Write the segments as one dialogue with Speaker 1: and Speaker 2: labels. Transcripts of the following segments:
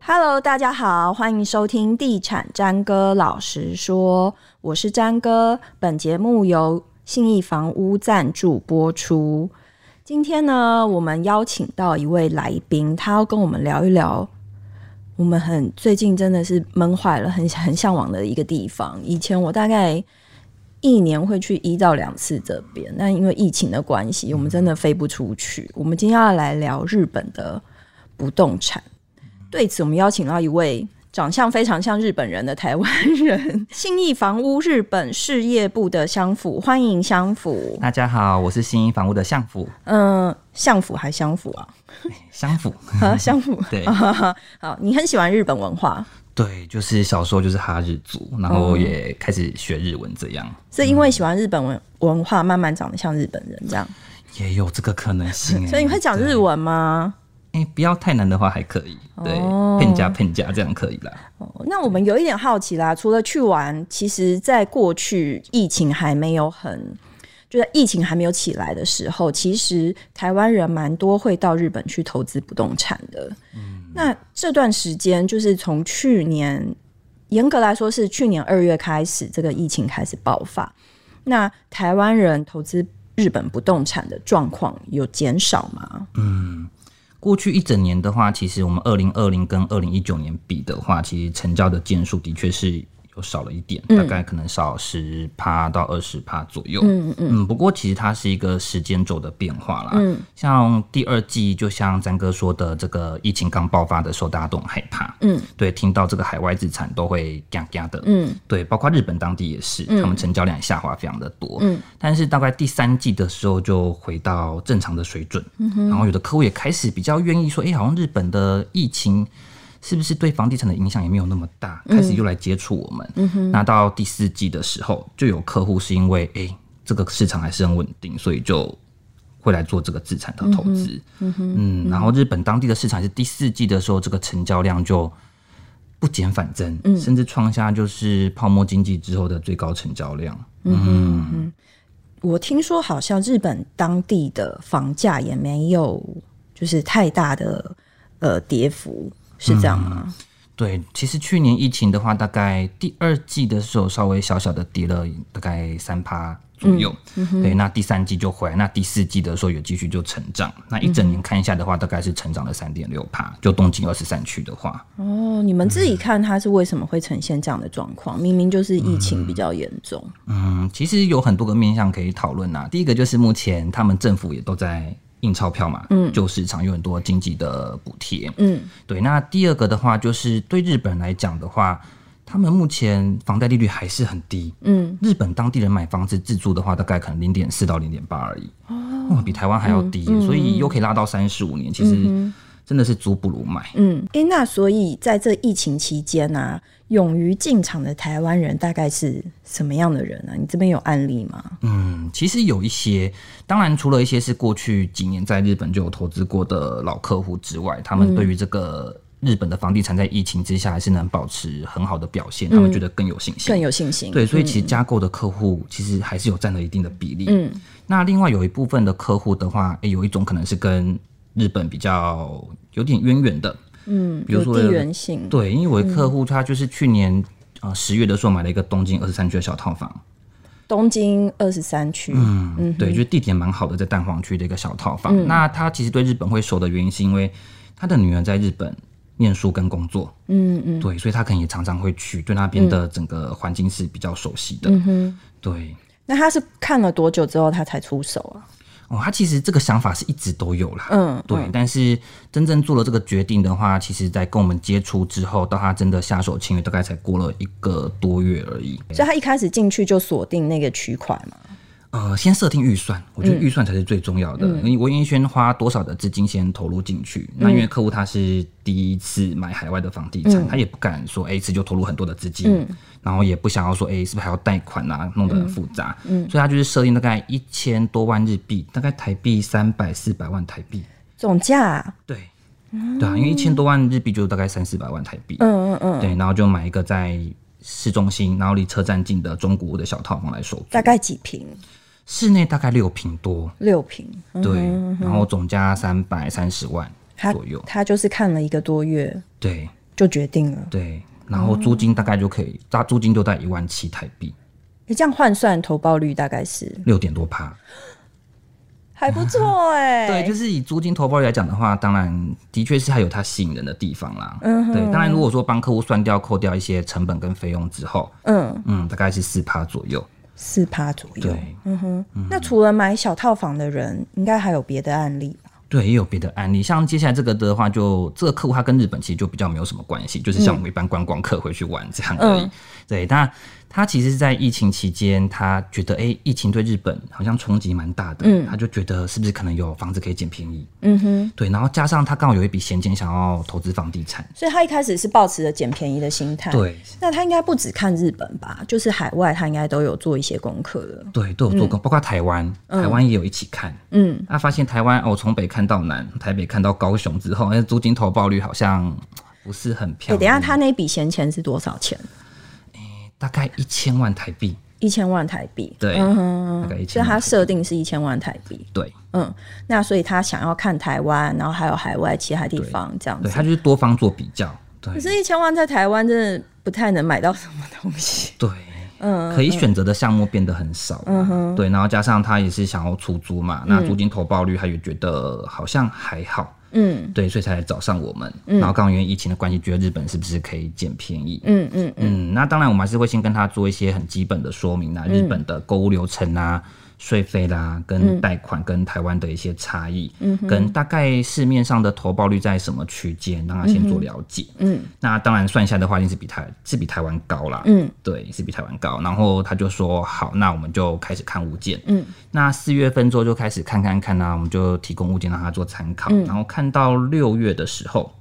Speaker 1: Hello，大家好，欢迎收听《地产詹哥老实说》，我是詹哥。本节目由信义房屋赞助播出。今天呢，我们邀请到一位来宾，他要跟我们聊一聊我们很最近真的是闷坏了，很很向往的一个地方。以前我大概一年会去一到两次这边，但因为疫情的关系，我们真的飞不出去。我们今天要来聊日本的不动产。对此，我们邀请到一位长相非常像日本人的台湾人，信义房屋日本事业部的相府，欢迎相 府。
Speaker 2: 大家好，我是新一房屋的相府，
Speaker 1: 嗯、相府还相府啊？
Speaker 2: 相 府，
Speaker 1: 啊，相府。
Speaker 2: 对
Speaker 1: 好，你很喜欢日本文化，
Speaker 2: 对，就是小时候就是哈日族，然后也开始学日文，这样、
Speaker 1: 是因为喜欢日本文文化，慢慢长得像日本人这样。
Speaker 2: 也有这个可能 性、欸。
Speaker 1: 所以你会讲日文吗？
Speaker 2: 哎、不要太难的话还可以，对
Speaker 1: 哦，
Speaker 2: 骗家骗家这样可以啦。
Speaker 1: 哦那我们有一点好奇啦，除了去玩，其实在过去疫情还没有很。就在疫情还没有起来的时候，其实台湾人蛮多会到日本去投资不动产的。那这段时间就是从去年，严格来说是去年二月开始，这个疫情开始爆发。那台湾人投资日本不动产的状况有减少吗？
Speaker 2: 过去一整年的话，其实我们二零二零跟二零一九年比的话，其实成交的件数的确是有少了一点，大概可能少十趴到二十趴左右。嗯嗯不过其实它是一个时间轴的变化啦。嗯，像第二季，就像詹哥说的，这个疫情刚爆发的时候，大家都很害怕。嗯，对，听到这个海外资产都会嘎嘎的。嗯，对，包括日本当地也是，他们成交量下滑非常的多。嗯，但是大概第三季的时候就回到正常的水准。嗯、然后有的客户也开始比较愿意说，哎、好像日本的疫情。是不是对房地产的影响也没有那么大？开始又来接触我们。那到第四季的时候，就有客户是因为哎、诶这个市场还是很稳定，所以就会来做这个资产的投资。嗯然后日本当地的市场是第四季的时候，这个成交量就不减反增，甚至创下就是泡沫经济之后的最高成交量。
Speaker 1: 我听说好像日本当地的房价也没有就是太大的呃跌幅，是这样吗？
Speaker 2: 对，其实去年疫情的话，大概第二季的时候稍微小小的跌了大概三趴左右、对，那第三季就回来，那第四季的时候也继续就成长，那一整年看一下的话，大概是成长了三点六趴，就东京二十三区的话，嗯
Speaker 1: 哦，你们自己看它是为什么会呈现这样的状况？明明就是疫情比较严重，
Speaker 2: 嗯，其实有很多个面向可以讨论啦。第一个就是目前他们政府也都在印钞票嘛，嗯，旧市场有很多经济的补贴，
Speaker 1: 嗯，
Speaker 2: 对。那第二个的话，就是对日本来讲的话，他们目前房贷利率还是很低，嗯，日本当地人买房子自住的话，大概可能零点四到零点八而已，哦，比台湾还要低，所以又可以拉到三十五年，其实真的是租不如买。
Speaker 1: 嗯，诶，那所以在这疫情期间呢、勇于进场的台湾人大概是什么样的人啊？你这边有案例吗？
Speaker 2: 嗯，其实有一些，当然除了一些是过去几年在日本就有投资过的老客户之外，他们对于这个日本的房地产在疫情之下还是能保持很好的表现，他们觉得更有信心，
Speaker 1: 更有信心。
Speaker 2: 对，所以其实加购的客户其实还是有占了一定的比例。嗯，那另外有一部分的客户的话，诶有一种可能是跟日本比较有点渊源的，
Speaker 1: 嗯，
Speaker 2: 比如说
Speaker 1: 地缘性，
Speaker 2: 对，因为我的客户他就是去年啊十、月的时候买了一个东京二十三区的小套房，
Speaker 1: 东京二十三区，
Speaker 2: 嗯，对，就是地点蛮好的，在蛋黄区的一个小套房。那他其实对日本会熟的原因，是因为他的女儿在日本念书跟工作，
Speaker 1: 嗯嗯，
Speaker 2: 对，所以他可能也常常会去，对那边的整个环境是比较熟悉的。嗯哼，对，
Speaker 1: 那他是看了多久之后他才出手啊？
Speaker 2: 哦，他其实这个想法是一直都有啦，嗯，对，但是真正做了这个决定的话，其实在跟我们接触之后，到他真的下手签约，大概才过了一个多月而已。
Speaker 1: 所以他一开始进去就锁定那个区块嘛？
Speaker 2: 呃，先设定预算，我觉得预算才是最重要的。你我愿意先花多少的资金先投入进去？那因为客户他是第一次买海外的房地产，他也不敢说哎一次就投入很多的资金，然后也不想要说哎是不是还要贷款啊，弄得很复杂。所以他就是设定大概一千多万日币，大概台币三百四百万台币。
Speaker 1: 总价啊
Speaker 2: 对，对啊，因为一千多万日币就大概三四百万台币。嗯嗯嗯。对，然后就买一个在市中心，然后离车站近的中古屋的小套房来收租，
Speaker 1: 大概几平？
Speaker 2: 室内大概六平多。
Speaker 1: 六平，嗯啊
Speaker 2: 对，然后总价三百三十万
Speaker 1: 他
Speaker 2: 左右。
Speaker 1: 他就是看了一个多月，
Speaker 2: 对，
Speaker 1: 就决定了。
Speaker 2: 对，然后租金大概就可以，大租金就在一万七台币，
Speaker 1: 你这样换算投报率大概是
Speaker 2: 六点多趴。
Speaker 1: 还不错哎、
Speaker 2: 对，就是以租金投报率来讲的话，当然的确是还有它吸引人的地方啦。嗯，对，当然如果说帮客户算掉、扣掉一些成本跟费用之后，
Speaker 1: 嗯，
Speaker 2: 嗯，大概是四趴左右。
Speaker 1: 四趴左右。
Speaker 2: 对，嗯
Speaker 1: 那除了买小套房的人，应该还有别的案例吧？
Speaker 2: 对，也有别的案例，像接下来这个的话就，这个客户他跟日本其实就比较没有什么关系，
Speaker 1: 嗯
Speaker 2: 就是像我们一般观光客回去玩这样而已。对，但他其实，在疫情期间，他觉得哎、诶疫情对日本好像冲击蛮大的，他就觉得是不是可能有房子可以捡便宜？
Speaker 1: 嗯哼，
Speaker 2: 对，然后加上他刚好有一笔闲钱，想要投资房地产。
Speaker 1: 所以他一开始是抱持着捡便宜的心态。，
Speaker 2: 对
Speaker 1: 那他应该不只看日本吧？就是海外，他应该都有做一些功课了。
Speaker 2: 对，都有做工，包括台湾，台湾也有一起看。
Speaker 1: 嗯，
Speaker 2: 他发现台湾哦，从北看到南，台北看到高雄之后，那租金投报率好像不是很漂
Speaker 1: 哎、
Speaker 2: 亮。
Speaker 1: 等一下他那笔闲钱是多少钱？
Speaker 2: 大概一千万台币，
Speaker 1: 一千万台币。
Speaker 2: 对，大概一
Speaker 1: 嗯所
Speaker 2: 千
Speaker 1: 以他
Speaker 2: 万。
Speaker 1: 设定是一千万台币，
Speaker 2: 对
Speaker 1: 嗯，那所以他想要看台湾，然后还有海外其他地方这样
Speaker 2: 对，
Speaker 1: 子。
Speaker 2: 他就是多方做比较，对
Speaker 1: 可是，一千万在台湾真的不太能买到什么东西。
Speaker 2: 对，
Speaker 1: 嗯
Speaker 2: 可以选择的项目变得很少，嗯哼，对，然后加上他也是想要出租嘛，那租金投报率他也觉得好像还好，
Speaker 1: 嗯
Speaker 2: 对，所以才来找上我们，然后刚好因为疫情的关系，觉得日本是不是可以捡便宜，
Speaker 1: 嗯嗯，
Speaker 2: 嗯，那当然我们还是会先跟他做一些很基本的说明
Speaker 1: 嗯
Speaker 2: 啦，日本的购物流程啊。税费啦，
Speaker 1: 嗯
Speaker 2: 跟贷款跟台湾的一些差异，嗯、跟大概市面上的投报率在什么区间，让他先做了解。
Speaker 1: 嗯，
Speaker 2: 那当然算下的话，一定是比台是比台湾高啦。嗯，对，是比台湾高。然后他就说好，那我们就开始看物件。嗯，那四月份之后就开始看看看啊，我们就提供物件让他做参考。
Speaker 1: 嗯
Speaker 2: 然后看到六月的时候，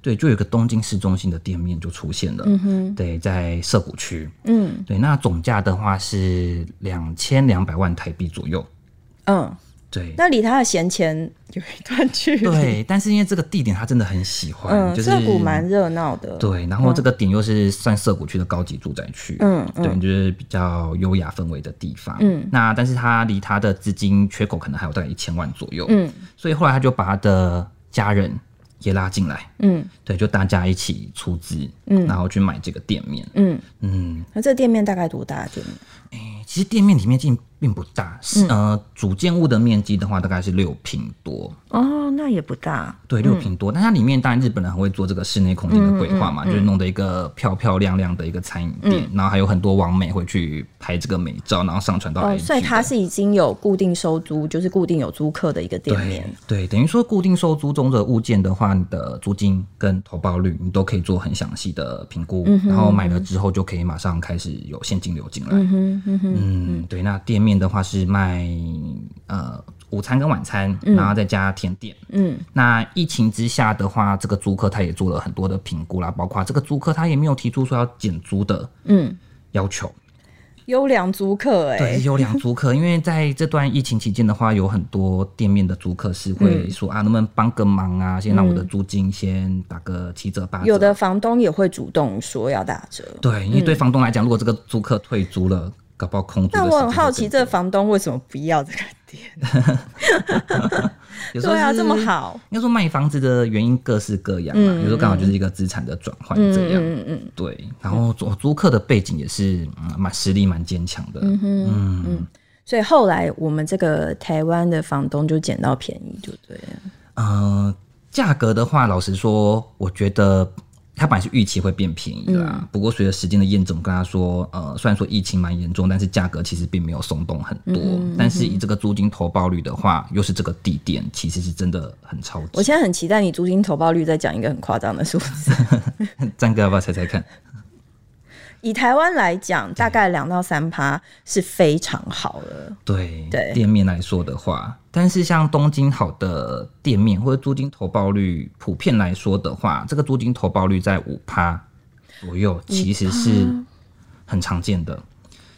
Speaker 2: 对，就有一个东京市中心的店面就出现了，嗯、对，在涩谷区，嗯，对，那总价的话是两千两百万台币左右，
Speaker 1: 嗯，
Speaker 2: 对，
Speaker 1: 那离他的闲钱有一段距离。
Speaker 2: 对，但是因为这个地点他真的很喜欢，
Speaker 1: 嗯，
Speaker 2: 就是
Speaker 1: 涩谷蛮热闹的。
Speaker 2: 对，然后这个点又是算涩谷区的高级住宅区，
Speaker 1: 嗯
Speaker 2: 对，就是比较优雅氛围的地方，嗯，那但是他离他的资金缺口可能还有大概一千万左右，
Speaker 1: 嗯，
Speaker 2: 所以后来他就把他的家人也拉进来，
Speaker 1: 嗯
Speaker 2: 对，就大家一起出资，嗯，然后去买这个店面，
Speaker 1: 嗯，
Speaker 2: 嗯，
Speaker 1: 那这店面大概多大？店面？
Speaker 2: 其实店面里面并并不大，
Speaker 1: 嗯
Speaker 2: 是、呃，主建物的面积的话大概是六平多，
Speaker 1: 哦，那也不大。
Speaker 2: 对，六平多。但它里面当然日本人很会做这个室内空间
Speaker 1: 嗯
Speaker 2: 的规划嘛，就是弄得一个漂漂亮亮的一个餐饮店，
Speaker 1: 嗯
Speaker 2: 然后还有很多网美会去拍这个美照，然后上传到 IG 的、
Speaker 1: 哦，所以它是已经有固定收租，就是固定有租客的一个店
Speaker 2: 对
Speaker 1: 面。
Speaker 2: 对，等于说固定收租中的物件的话，你的租金跟投报率你都可以做很详细的评估，然后买了之后就可以马上开始有现金流进来。嗯对。那店面的话是卖呃午餐跟晚餐，然后再加甜点。
Speaker 1: 嗯，
Speaker 2: 那疫情之下的话，这个租客他也做了很多的评估啦，包括这个租客他也没有提出说要减租的
Speaker 1: 嗯，
Speaker 2: 要求。
Speaker 1: 优良租客哎、
Speaker 2: 对，优良租 客，因为在这段疫情期间的话，有很多店面的租客是
Speaker 1: 嗯
Speaker 2: 会说、啊，能不能帮个忙啊，先让我的租金先打个七折八折。
Speaker 1: 有的嗯房东也会主动说要打折。
Speaker 2: 对，因为对房东来讲，如果这个租客退租了，搞不好空租的
Speaker 1: 但
Speaker 2: 时间
Speaker 1: 我
Speaker 2: 就更多。
Speaker 1: 很好奇，这房东为什么不要这个 店？
Speaker 2: 有时候
Speaker 1: 对啊，这么
Speaker 2: 是。
Speaker 1: 好，嗯
Speaker 2: 应该说卖房子的原因各式各样嘛，啊有时候刚好就是一个资产的转换这样，
Speaker 1: 嗯嗯嗯，
Speaker 2: 对。然后租租客的背景也是嗯蛮、实力蛮坚强的，
Speaker 1: 嗯所以后来我们这个台湾的房东就捡到便宜，就对了。
Speaker 2: 呃，价格的话，老实说，我觉得它本来是预期会变便宜啦。不过随着时间的验证，我跟他说，呃，虽然说疫情蛮严重，但是价格其实并没有松动很多。但是以这个租金投报率的话，又是这个地点，其实是真的很超
Speaker 1: 我
Speaker 2: 值。
Speaker 1: 现在很期待你租金投报率再讲一个很夸张的数 字。
Speaker 2: 张哥要不要猜猜看？
Speaker 1: 以台湾来讲，大概两到三趴是非常好了。
Speaker 2: 对，
Speaker 1: 对
Speaker 2: 店面来说的话，但是像东京好的店面或者租金投报率，普遍来说的话，这个租金投报率在五趴左右，其实是很常见的。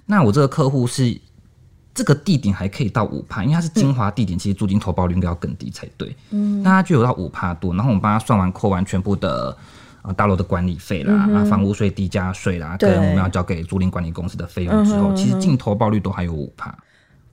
Speaker 2: 那我这个客户是这个地点还可以到五趴，因为它是精华地点，其实租金投报率应该要更低才对。嗯，那它就有到五趴多，然后我们帮他算完扣完全部的。呃，大楼的管理费啦，啊、房屋税、地价税啦，
Speaker 1: 嗯
Speaker 2: 跟
Speaker 1: 对嗯
Speaker 2: 我们要交给租赁管理公司的费用之后，其实净投报率都还有五趴。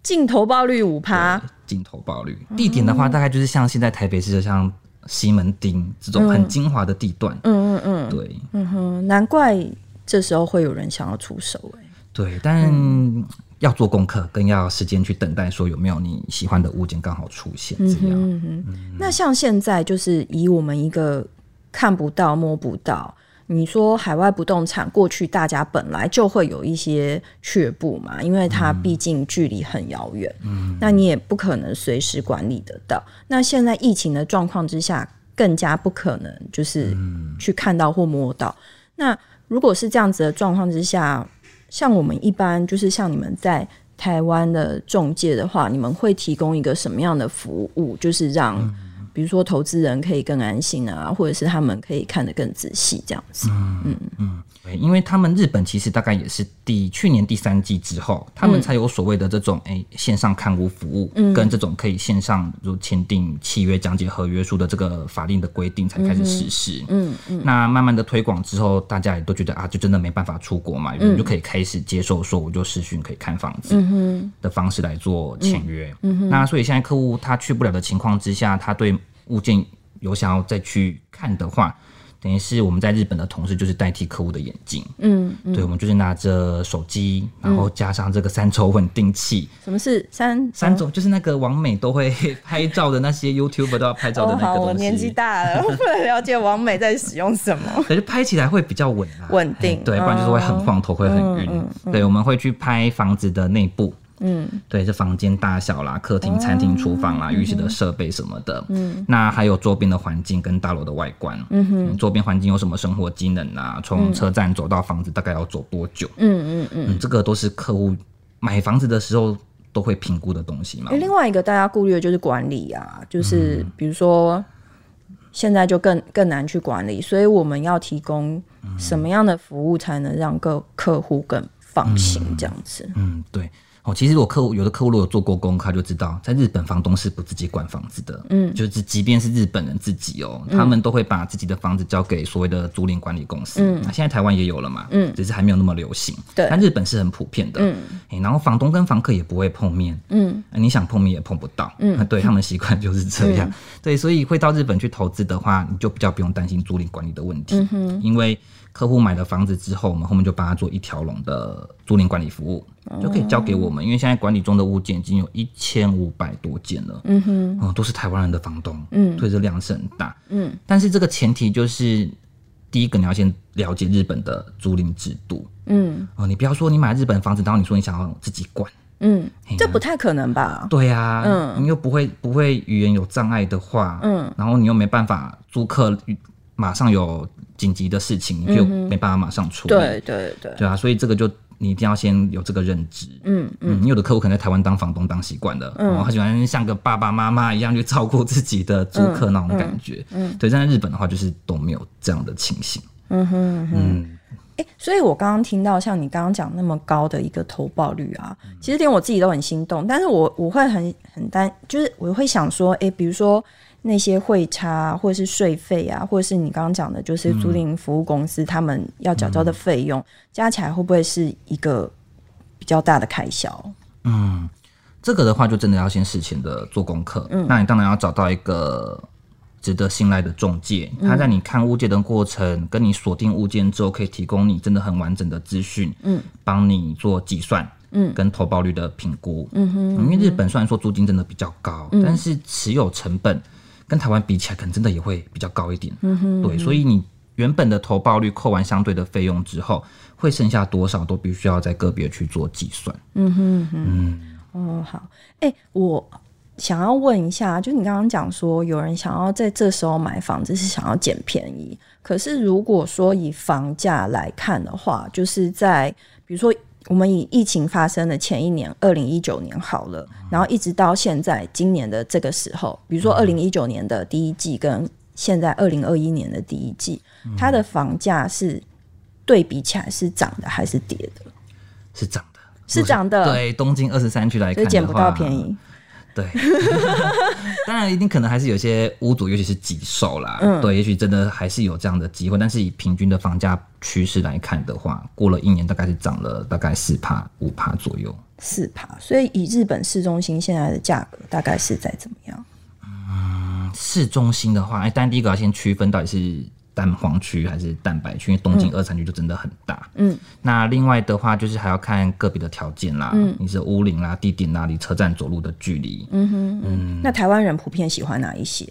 Speaker 1: 净投报率五趴，啊
Speaker 2: 镜头爆率。地点的话，大概就是像现在台北市的像西门町这种很精华的地段。
Speaker 1: 嗯嗯嗯嗯，
Speaker 2: 对
Speaker 1: 嗯哼，难怪这时候会有人想要出手、欸，哎，
Speaker 2: 对，但
Speaker 1: 嗯
Speaker 2: 要做功课，更要时间去等待，说有没有你喜欢的物件刚好出现这
Speaker 1: 嗯哼
Speaker 2: 样。
Speaker 1: 嗯哼。那像现在就是以我们一个看不到、摸不到。你说海外不动产过去大家本来就会有一些却步嘛，因为它毕竟距离很遥远，嗯，那你也不可能随时管理得到。那现在疫情的状况之下，更加不可能就是去看到或摸到。那如果是这样子的状况之下，像我们一般就是像你们在台湾的中介的话，你们会提供一个什么样的服务，就是让、
Speaker 2: 嗯
Speaker 1: 比如说投资人可以更安心啊，或者是他们可以看得更仔细这样子。
Speaker 2: 嗯对，因为他们日本其实大概也是第去年第三季之后，他们才有所谓的这种诶、线上看屋服务，
Speaker 1: 嗯
Speaker 2: 跟这种可以线上如签订契约、讲解合约书的这个法令的规定才开始实施。嗯嗯，那慢慢的推广之后，大家也都觉得啊，就真的没办法出国
Speaker 1: 嗯
Speaker 2: 嘛，有人就可以开始接受说，我就视讯可以看房子的方式来做签约。嗯哼，那所以现在客户他去不了的情况之下，他对物件有想要再去看的话。等于是我们在日本的同事，就是代替客户的眼睛，
Speaker 1: 嗯，
Speaker 2: 对，我们就是拿着手机，然后加上这个三轴稳定器，
Speaker 1: 什么是三
Speaker 2: 三轴就是那个王美都会 拍照的 那些 YouTuber 都要拍照的
Speaker 1: 哦，
Speaker 2: 那
Speaker 1: 好，
Speaker 2: 个
Speaker 1: 我
Speaker 2: 东
Speaker 1: 年纪
Speaker 2: 西，
Speaker 1: 大了， 我不能了解王美在使用什 么。
Speaker 2: 可是拍起来会比较稳啊，
Speaker 1: 稳定哦嗯
Speaker 2: 哎对，不然就是会很晃头，会很晕。对，我们会去拍房子的内部。嗯，对，这房间大小啦、客厅、餐厅、厨房啦、
Speaker 1: 哦
Speaker 2: 浴室的设备什么的，嗯，那还有周边的环境跟大楼的外观，嗯哼，周边环境有什么生活机能啊？从车站走到房子大概要走多久？
Speaker 1: 嗯嗯嗯嗯。
Speaker 2: 嗯，这个都是客户买房子的时候都会评估的东西嘛
Speaker 1: 诶，。另外一个大家顾虑的就是管理啊，就是
Speaker 2: 嗯
Speaker 1: 比如说现在就更更难去管理，所以我们要提供
Speaker 2: 嗯
Speaker 1: 什么样的服务才能让个客户更放心这样子？
Speaker 2: 嗯，对。哦，其实我客户有的客户如果有做过功课，他就知道，在日本房东是不自己管房子的。嗯，就是即便是日本人自己哦，他们都会把自己的房子交给所谓的租赁管理公司。嗯，那现在台湾也有了嘛。嗯，只是还没有那么流行。
Speaker 1: 对
Speaker 2: 但日本是很普遍的。嗯、然后房东跟房客也不会碰面。嗯，你想碰面也碰不到。嗯，对他们习惯就是这样。 对，所以会到日本去投资的话，你就比较不用担心租赁管理的问题。嗯因为客户买了房子之后，我们后面就帮他做一条龙的租赁管理服务，就可以交给我们。因为现在管理中的物件已经有一千五百多件了，嗯哼，哦，都是台湾人的房东，嗯，所以这量是很大，嗯。但是这个前提就是，第一个你要先了解日本的租赁制度，嗯，哦，你不要说你买日本房子，然后你说你想要自己管，
Speaker 1: 嗯，
Speaker 2: 嘿
Speaker 1: 这
Speaker 2: 那
Speaker 1: 不太可能吧？
Speaker 2: 对呀、你又不会不会语言有障碍的话，嗯，然后你又没办法租客马上有紧急的事情，你就没办法马上处理，
Speaker 1: 对对对，
Speaker 2: 嗯对啊，所以这个就你一定要先有这个认知，嗯嗯，你有的客户可能在台湾当房东当习惯了，嗯，他喜欢像个爸爸妈妈一样去照顾自己的租客那种感觉，嗯，对，但在日本的话就是都没有这样的情形，嗯哼嗯，
Speaker 1: 诶，所以我刚刚听到像你刚刚讲那么高的一个投报率啊，其实连我自己都很心动，但是我我会很很担，就是我会想说，诶，比如说那些汇差啊或者是税费啊，或者是你刚刚讲的，就是租赁服务公司他们要缴交的费用，加起来会不会是一个比较大的开销？
Speaker 2: 这个的话就真的要先事前的做功课，嗯，那你当然要找到一个。值得信赖的中介，他在你看物件的过程，跟你锁定物件之后，可以提供你真的很完整的资讯，嗯，帮你做计算，嗯，跟投报率的评估，嗯哼嗯因为日本虽然说租金真的比较高，但是持有成本跟台湾比起来，可能真的也会比较高一点，嗯哼对，所以你原本的投报率扣完相对的费用之后，会剩下多少都必须要在个别去做计算，
Speaker 1: 哦，好，哎、我想要问一下，就你刚刚讲说，有人想要在这时候买房子是想要捡便宜，可是如果说以房价来看的话，就是在比如说我们以疫情发生的前一年，二零一九年好了，然后一直到现在今年的这个时候，比如说二零一九年的第一季跟现在二零二一年的第一季，它的房价是对比起来是涨的还是跌的？
Speaker 2: 是涨的，
Speaker 1: 是涨的
Speaker 2: 对，东京二十三区来
Speaker 1: 所
Speaker 2: 看
Speaker 1: 以
Speaker 2: 的
Speaker 1: 捡不
Speaker 2: 话，
Speaker 1: 到便宜。
Speaker 2: 对， 当然一定可能还是有些屋主，尤其是急售啦，
Speaker 1: 嗯
Speaker 2: 对，也许真的还是有这样的机会。但是以平均的房价趋势来看的话，过了一年大概是涨了大概四帕五帕左右。
Speaker 1: 四趴，所以以日本市中心现在的价格大概是在怎么样？
Speaker 2: 嗯市中心的话，哎，当然第一个要先区分到底是蛋黄区还是蛋白区，因为东京二产区就真的很大。
Speaker 1: 嗯，
Speaker 2: 那另外的话就是还要看个别的条件啦，
Speaker 1: 嗯
Speaker 2: 你是屋龄啦、地点啦、离车站走路的距离。嗯，
Speaker 1: 那台湾人普遍喜欢哪一些？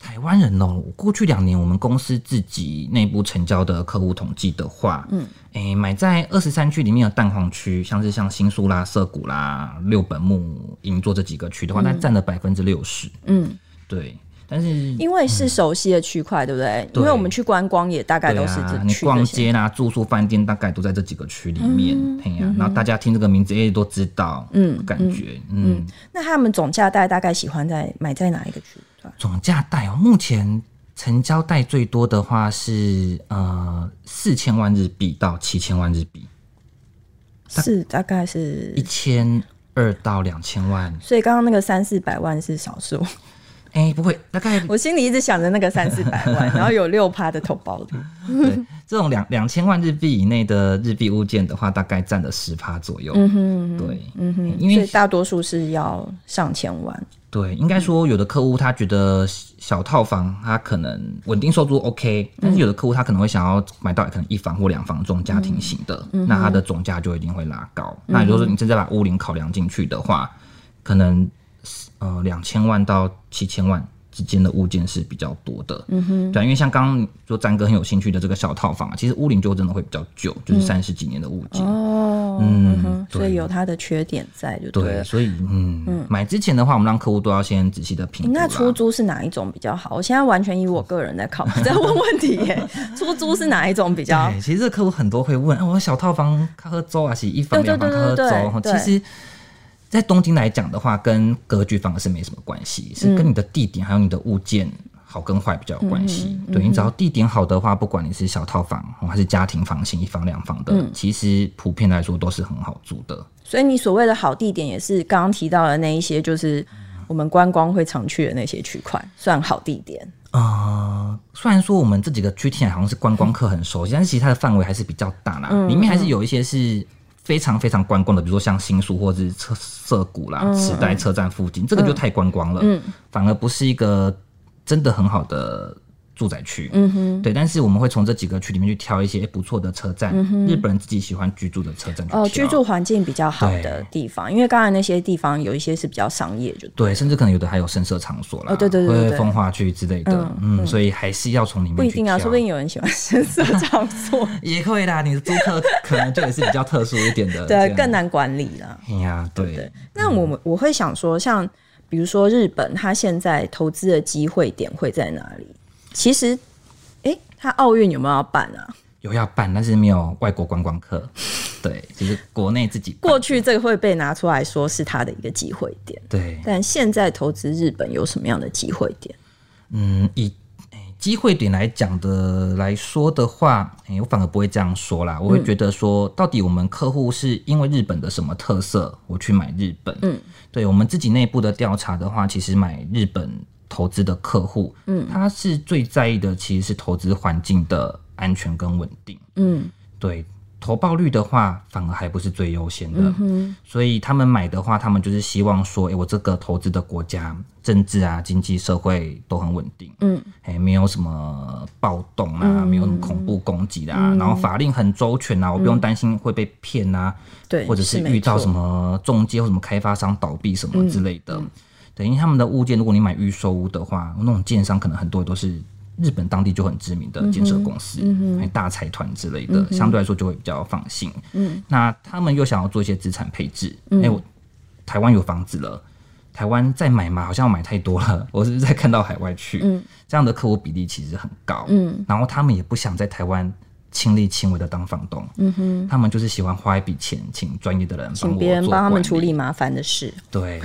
Speaker 2: 台湾人哦，过去两年我们公司自己内部成交的客户统计的话，嗯，诶、买在二十三区里面的蛋黄区，像是像新宿啦、涩谷啦、六本木、银座这几个区的话，那占了百分之六十。
Speaker 1: 嗯，
Speaker 2: 对，但是
Speaker 1: 因为是熟悉的区块，对不对？
Speaker 2: 对
Speaker 1: 因为我们去观光也大概
Speaker 2: 对
Speaker 1: 都是这
Speaker 2: 啊，你
Speaker 1: 去
Speaker 2: 逛
Speaker 1: 这些。
Speaker 2: 街啦、住宿、饭店，大概都在这几个区里面。
Speaker 1: 嗯
Speaker 2: 嘿呀、然后大家听这个名字也都知道，嗯，感觉，嗯，
Speaker 1: 那他们总价带大概喜欢在买在哪一个区啊段？
Speaker 2: 总价贷哦，目前成交贷最多的话是呃四千万日币到七千万日币，
Speaker 1: 是大概是
Speaker 2: 一，千二到两千万。
Speaker 1: 所以刚刚那个三四百万是少数。
Speaker 2: 哎、不会，大概
Speaker 1: 我心里一直想着那个三四百万，然后有六趴的投保率。
Speaker 2: 对这种两两千万日币以内的日币物件的话，大概占了十趴左右。
Speaker 1: 嗯哼，
Speaker 2: 对，
Speaker 1: 嗯哼，
Speaker 2: 因为
Speaker 1: 所以大多数是要上千万。
Speaker 2: 对，应该说有的客户他觉得小套房他可能稳定收租 OK，但是有的客户他可能会想要买到可能一房或两房这种家庭型的，那它的总价就一定会拉高。那如果说你真正把屋龄考量进去的话，可能呃两千万到七千万。之间的物件是比较多的，嗯哼，对啊，因为像刚刚说詹哥很有兴趣的这个小套房啊，其实屋龄就真的会比较久，就是三十几年的物件，
Speaker 1: 哦，
Speaker 2: 嗯
Speaker 1: 哼，
Speaker 2: 对
Speaker 1: 所以有它的缺点在，就对啊
Speaker 2: 对，
Speaker 1: 了。
Speaker 2: 所以嗯，买之前的话，我们让客户都要先仔细的评估啦。
Speaker 1: 欸那出租是哪一种比较好？我现在完全以我个人在考虑， 在问问题 耶。出租是哪一种比较
Speaker 2: 对，哎其实这个客户很多会问，啊、我小套房他喝粥啊，是一房
Speaker 1: 对
Speaker 2: 两
Speaker 1: 对
Speaker 2: 房他喝
Speaker 1: 对对对
Speaker 2: 粥。吼
Speaker 1: 对
Speaker 2: 其实，在东京来讲的话，跟格局反而是没什么关系，是
Speaker 1: 嗯
Speaker 2: 跟你的地点还有你的物件好跟坏比较有关
Speaker 1: 嗯
Speaker 2: 系。对你只要地点好的话，不管你是小套房、吼还是家庭房型一房两房
Speaker 1: 嗯
Speaker 2: 的，其实普遍来说都是很好住的。
Speaker 1: 所以你所谓的好地点，也是刚刚提到的那一些，就是我们观光会常去的那些区块，算好地点。
Speaker 2: 呃，虽然说我们这几个区听起来好像是观光客很熟悉，但是其实它的范围还是比较大啦，
Speaker 1: 嗯
Speaker 2: 里面还是有一些是。非常非常观光的，比如说像新宿或者是涩涩谷啦、
Speaker 1: 嗯
Speaker 2: 池袋车站附近，这个就太观光了，反而不是一个真的很好的住宅区。嗯哼，对。但是我们会从这几个区里面去挑一些诶哎不错的车站，日本人自己喜欢居住的车站去啊挑。
Speaker 1: 嗯哦，居住环境比较好的地方，因为刚才那些地方有一些是比较商业，就
Speaker 2: 对，甚至可能有的还有深色场所啦，
Speaker 1: 哦对对对对
Speaker 2: 或者
Speaker 1: 对
Speaker 2: 风化区之类的。嗯，所以还是要从里面
Speaker 1: 不一
Speaker 2: 去
Speaker 1: 定啊，
Speaker 2: 挑
Speaker 1: 说不定有人喜欢深 色场所，
Speaker 2: 也会啦，你的租 客可能就也是比较特殊一点的，
Speaker 1: 对，更。难管理啦。
Speaker 2: 哎呀，啊对，
Speaker 1: 那我们我会想说，像比如说日本，它现在投资的机会点会在哪里？其实，诶，它奥运有没有要办 啊？
Speaker 2: 有要办，但是没有外国观光客，对，就是国内自己办
Speaker 1: 过去这个会被拿出来说是它的一个机会点，
Speaker 2: 对，
Speaker 1: 但现在投资日本有什么样的机会点？
Speaker 2: 嗯，以哎机会点来讲的来说的话，哎，我反而不会这样说啦，我会觉得说，到底我们客户是因为日本的什么特色，我去买日本，嗯，对我们自己内部的调查的话，其实买日本投资的客户，嗯，他是最在意的其实是投资环境的安全跟稳定。
Speaker 1: 嗯，
Speaker 2: 对，投报率的话，反而还不是最优先的。
Speaker 1: 嗯
Speaker 2: 所以他们买的话，他们就是希望说，诶，我这个投资的国家政治啊、经济、社会都很稳定，
Speaker 1: 嗯，
Speaker 2: 哎，没有什么暴动啊，没有什么恐怖攻击啦、然后法令很周全啊，我不用担心会被骗啊，
Speaker 1: 对，
Speaker 2: 或者是嗯遇到什
Speaker 1: 么？
Speaker 2: 么中介或什么开发商倒闭什么之类的。对，因为他们的物件，如果你买预售屋的话，那种建商可能很多都是日本当地就很知名的建设公司、还有大财团之类的，相对来说就会比较放心。嗯，那他们又想要做一些资产配置，哎、我台湾有房子了。台湾再买嘛，好像买太多了， 我是不是在看到海外去？嗯，这样的客户比例其实很高。嗯，然后他们也不想在台湾亲力亲为的当房东。嗯哼，他们就是喜欢花一笔钱，请专业的人帮
Speaker 1: 请
Speaker 2: 我
Speaker 1: 别人
Speaker 2: 做
Speaker 1: 帮他们
Speaker 2: 管
Speaker 1: 处理麻烦的事，
Speaker 2: 对，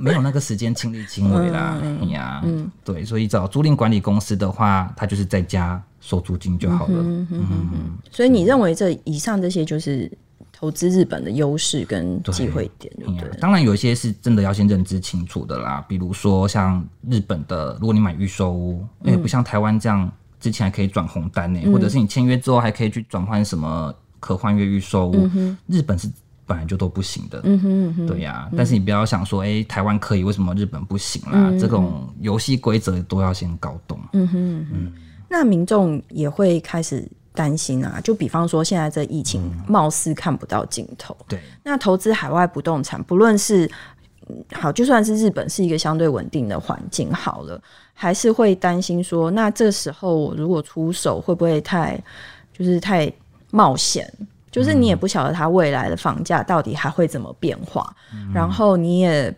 Speaker 2: 没有那个时间亲力亲为 啦，
Speaker 1: 嗯
Speaker 2: 哎呀，对，所以找租赁管理公司的话，他就是在家收租金就好
Speaker 1: 嗯
Speaker 2: 了。
Speaker 1: 所以你认为这以上这些就是投资日本的优势跟机会点，对
Speaker 2: 哎
Speaker 1: 不
Speaker 2: 呀
Speaker 1: 对？
Speaker 2: 当然有一些是真的要先认知清楚的啦，比如说像日本的，如果你买预售屋，
Speaker 1: 嗯
Speaker 2: 因为不像台湾这样，之前还可以转红单呢、或者是你签约之后还可以去转换什么可换约预售屋，日本是本来就都不行的。
Speaker 1: 嗯哼嗯哼，
Speaker 2: 对呀、但是你不要想说，哎、台湾可以，为什么日本不行啦？这种游戏规则都要先搞懂。
Speaker 1: 嗯哼嗯哼，那民众也会开始担心啊，就比方说现在这疫情貌似看不到尽头，
Speaker 2: 对，
Speaker 1: 那投资海外不动产，不论是嗯好，就算是日本是一个相对稳定的环境好了，还是会担心说，那这时候我如果出手会不会太就是太冒险？就是你也不晓得它未来的房价到底还会怎么变化，然后你也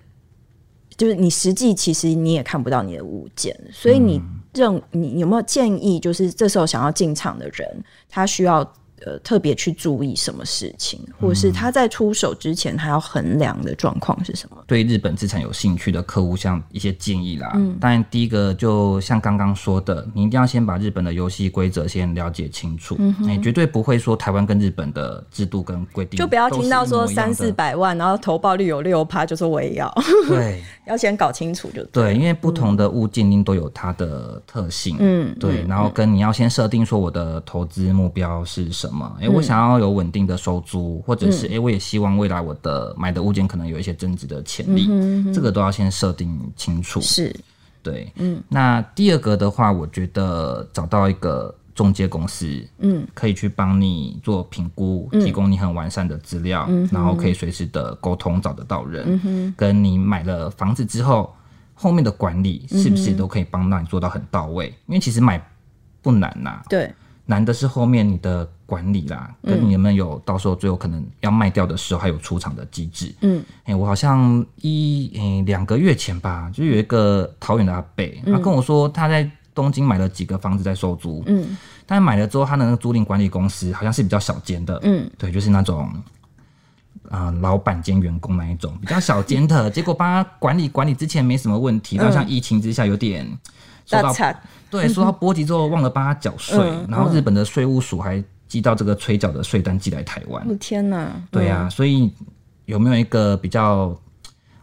Speaker 1: 就是你实际其实你也看不到你的物件，所以你认你你有没有建议，就是这时候想要进场的人，他需要呃特别去注意什么事情，或是他在出手之前他要衡量的状况是什么？
Speaker 2: 对日本资产有兴趣的客户，像一些建议啦。嗯，当然第一个就像刚刚说的，你一定要先把日本的游戏规则先了解清楚。嗯你绝对不会说台湾跟日本的制度跟规定
Speaker 1: 就不要
Speaker 2: 都是
Speaker 1: 听到说
Speaker 2: 一模一样
Speaker 1: 三
Speaker 2: 的
Speaker 1: 四。百万，然后投报率有六趴，就说我也要，
Speaker 2: 对
Speaker 1: 要先搞清楚就
Speaker 2: 对，因为不同的物鉴定都有它的特性。
Speaker 1: 嗯
Speaker 2: 对，然后跟你要先设定说我的投资目标是什么？诶、
Speaker 1: 嗯
Speaker 2: 我想要有稳定的收租，或者是诶、我也希望未来我的买的物件可能有一些增值的潜
Speaker 1: 嗯
Speaker 2: 力，这个都要先设定清楚。
Speaker 1: 是
Speaker 2: 对，嗯，那第二个的话，我觉得找到一个中介公司，嗯，可以去帮你做评估，提供你很完善的资料，然后可以随时的沟通，找得到人，跟你买了房子之后，后面的管理是不是都可以帮到你做到很到位？因为其实买不难啊呐、
Speaker 1: 对，
Speaker 2: 难的是后面你的管理啦，
Speaker 1: 嗯
Speaker 2: 跟你能不能有到时候最后可能要卖掉的时候还有出场的机制。
Speaker 1: 嗯，
Speaker 2: 哎、我好像一诶两、个月前吧，就有一个桃园的阿北，他跟我说他在东京买了几个房子在收租，
Speaker 1: 嗯，
Speaker 2: 但买了之后他的那个租赁管理公司好像是比较小间的，
Speaker 1: 嗯，
Speaker 2: 对，就是那种。啊、老板兼员工那一种比较小间 的，结果帮他管理管理之前没什么问题，好像疫情之下有点受
Speaker 1: 嗯大
Speaker 2: 到
Speaker 1: 惨，
Speaker 2: 对，说到波及之后忘了帮他缴税，
Speaker 1: 嗯
Speaker 2: 然后日本的税务署还寄到这个催缴的税单寄来台湾。
Speaker 1: 我哦天哪，
Speaker 2: 对呀、所以有没有一个比较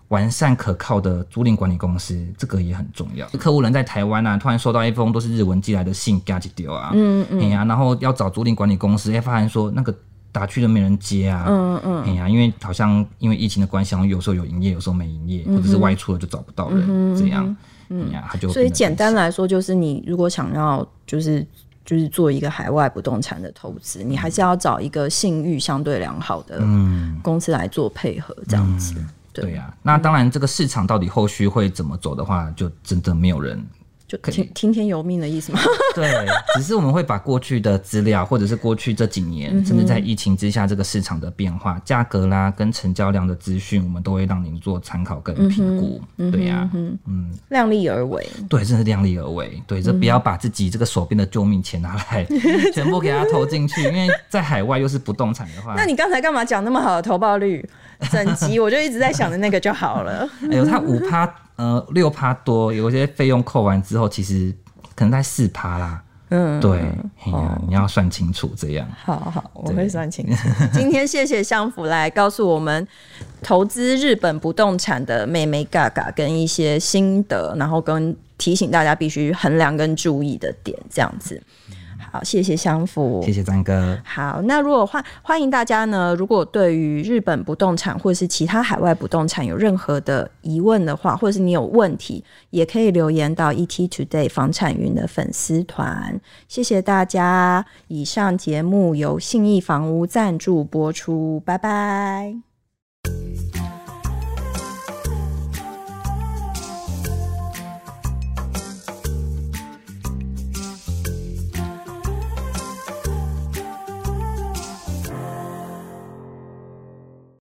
Speaker 2: 完善可靠的租赁管理公司，这个也很重要。客户人在台湾啊，突然收到一封都是日文寄来的信，嘎叽丢啊，嗯嗯，哎呀、然后要找租赁管理公司，哎，发现说那个打去都没人接啊，嗯嗯，哎呀、因为好像因为疫情的关系，好像有时候有营业，有时候没营业，或者是外出了就找不到人，这样，嗯呀、他就
Speaker 1: 所以
Speaker 2: 变得
Speaker 1: 简
Speaker 2: 很
Speaker 1: 单来说，就是你如果想要就是就是做一个海外不动产的投资，你还是要找一个信誉相对良好的
Speaker 2: 嗯
Speaker 1: 公司来做配合，这样子。
Speaker 2: 对呀、那当然，这个市场到底后续会怎么走的话，就真的没有人。
Speaker 1: 就
Speaker 2: 可以
Speaker 1: 听听天由命的意思嘛。
Speaker 2: 对，只是我们会把过去的资料，或者是过去这几年，甚至在疫情之下这个市场的变化、价格啦，跟成交量的资讯，我们都会让您做参考跟评估。对呀、
Speaker 1: 量力而为，
Speaker 2: 对，真是量力而为。对，这不要把自己这个手边的救命钱拿 来，全部给它投进去，因为在海外又是不动产的 话，
Speaker 1: 那你刚才干嘛讲那么好的投报率？整 集我就一直在想着那个就好了。
Speaker 2: 哎呦，它五趴呃六趴多，有些费用扣完之后，其实可能在四趴啦。
Speaker 1: 嗯，
Speaker 2: 对，哎呀，你要算清楚这样。
Speaker 1: 好好，我会算清楚。 今天谢谢相府来告诉我们投资日本不动产的妹妹嘎嘎跟一些心得，然后跟提醒大家必须衡量跟注意的点，这样子。好，谢谢相府，
Speaker 2: 谢谢张哥，
Speaker 1: 好，那如果欢欢迎大家呢，如果对于日本不动产或者是其他海外不动产有任何的疑问的话，或者是你有问题，也可以留言到 ET Today 房产云的粉丝团。谢谢大家，以上节目由信义房屋赞助播出，拜拜。